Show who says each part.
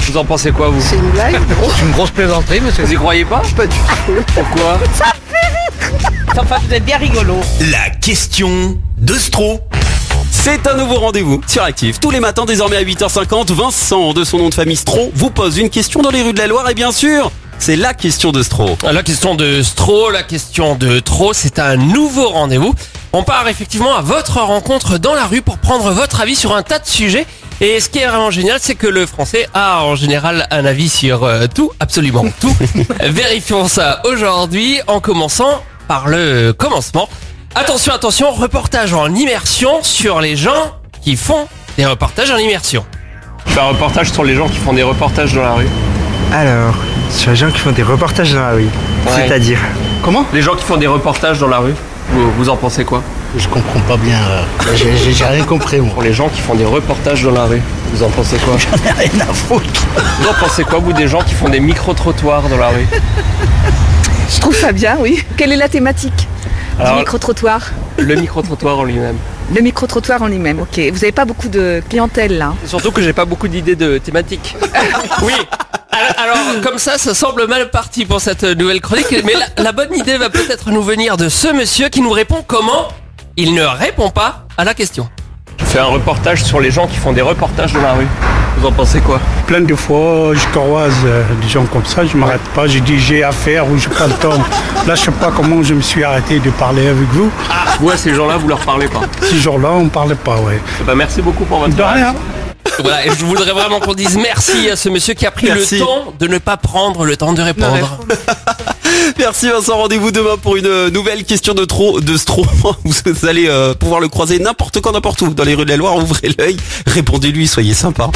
Speaker 1: Vous en pensez quoi, vous
Speaker 2: C'est une blague drôle.
Speaker 3: C'est une grosse plaisanterie, monsieur.
Speaker 1: Vous y croyez pas
Speaker 2: Pas du tout.
Speaker 1: Pourquoi
Speaker 4: Enfin, vous êtes bien rigolo.
Speaker 5: La question de Stro.
Speaker 6: C'est un nouveau rendez-vous sur Active. Tous les matins, désormais à 8h50, Vincent, de son nom de famille Stro, vous pose une question dans les rues de la Loire. Et bien sûr, c'est la question de Stro.
Speaker 3: Ah, La question de Stro, la question de Tro, c'est un nouveau rendez-vous. On part effectivement à votre rencontre dans la rue pour prendre votre avis sur un tas de sujets. Et ce qui est vraiment génial, c'est que le français a en général un avis sur euh, tout, absolument tout. Vérifions ça aujourd'hui en commençant par le commencement. Attention, attention, reportage en immersion sur les gens qui font des reportages en immersion.
Speaker 1: Je fais un reportage sur les gens qui font des reportages dans la rue.
Speaker 7: Alors, sur les gens qui font des reportages dans la rue. C'est-à-dire
Speaker 1: Comment Les gens qui font des reportages dans la rue. Vous, vous en pensez quoi
Speaker 8: Je comprends pas bien. euh, j'ai- J'ai j'ai rien compris, moi.
Speaker 1: Pour les gens qui font des reportages dans la rue, vous en pensez quoi
Speaker 8: Rien à foutre.
Speaker 1: Vous en pensez quoi, vous, des gens qui font des micro-trottoirs dans la rue
Speaker 2: Je trouve ça bien, oui.
Speaker 9: Quelle est la thématique
Speaker 1: Alors-
Speaker 9: du micro-trottoir
Speaker 1: Le micro-trottoir en lui-même.
Speaker 9: Le micro-trottoir en lui-même, ok. Vous n'avez pas beaucoup de clientèle là.
Speaker 1: Surtout que j'ai pas beaucoup d'idées de thématiques.
Speaker 3: Oui. Alors, alors, comme ça, ça semble mal parti pour cette nouvelle chronique, mais la, la bonne idée va peut-être nous venir de ce monsieur qui nous répond comment il ne répond pas à la question.
Speaker 1: Je fais un reportage sur les gens qui font des reportages dans la rue. Vous en pensez quoi
Speaker 10: Plein de fois, je croise euh, des gens comme ça, je m'arrête pas, je dis j'ai affaire ou je prends le temps. Là, je sais pas comment je me suis arrêté de parler avec vous.
Speaker 1: Vous, à ces gens-là, vous leur parlez pas.
Speaker 10: Ce jour-là, on parlait pas, ouais.
Speaker 1: Eh ben, merci beaucoup pour votre
Speaker 10: De
Speaker 1: travail.
Speaker 10: rien.
Speaker 3: Voilà, et je voudrais vraiment qu'on dise merci à ce monsieur qui a pris
Speaker 6: Merci.
Speaker 3: le temps de ne pas prendre le temps de répondre.
Speaker 6: Merci Vincent, rendez-vous demain pour une euh, nouvelle question de trop de Stro. Vous allez euh, pouvoir le croiser n'importe quand, n'importe où. Dans les rues de la Loire, ouvrez l'œil, répondez-lui, soyez sympa.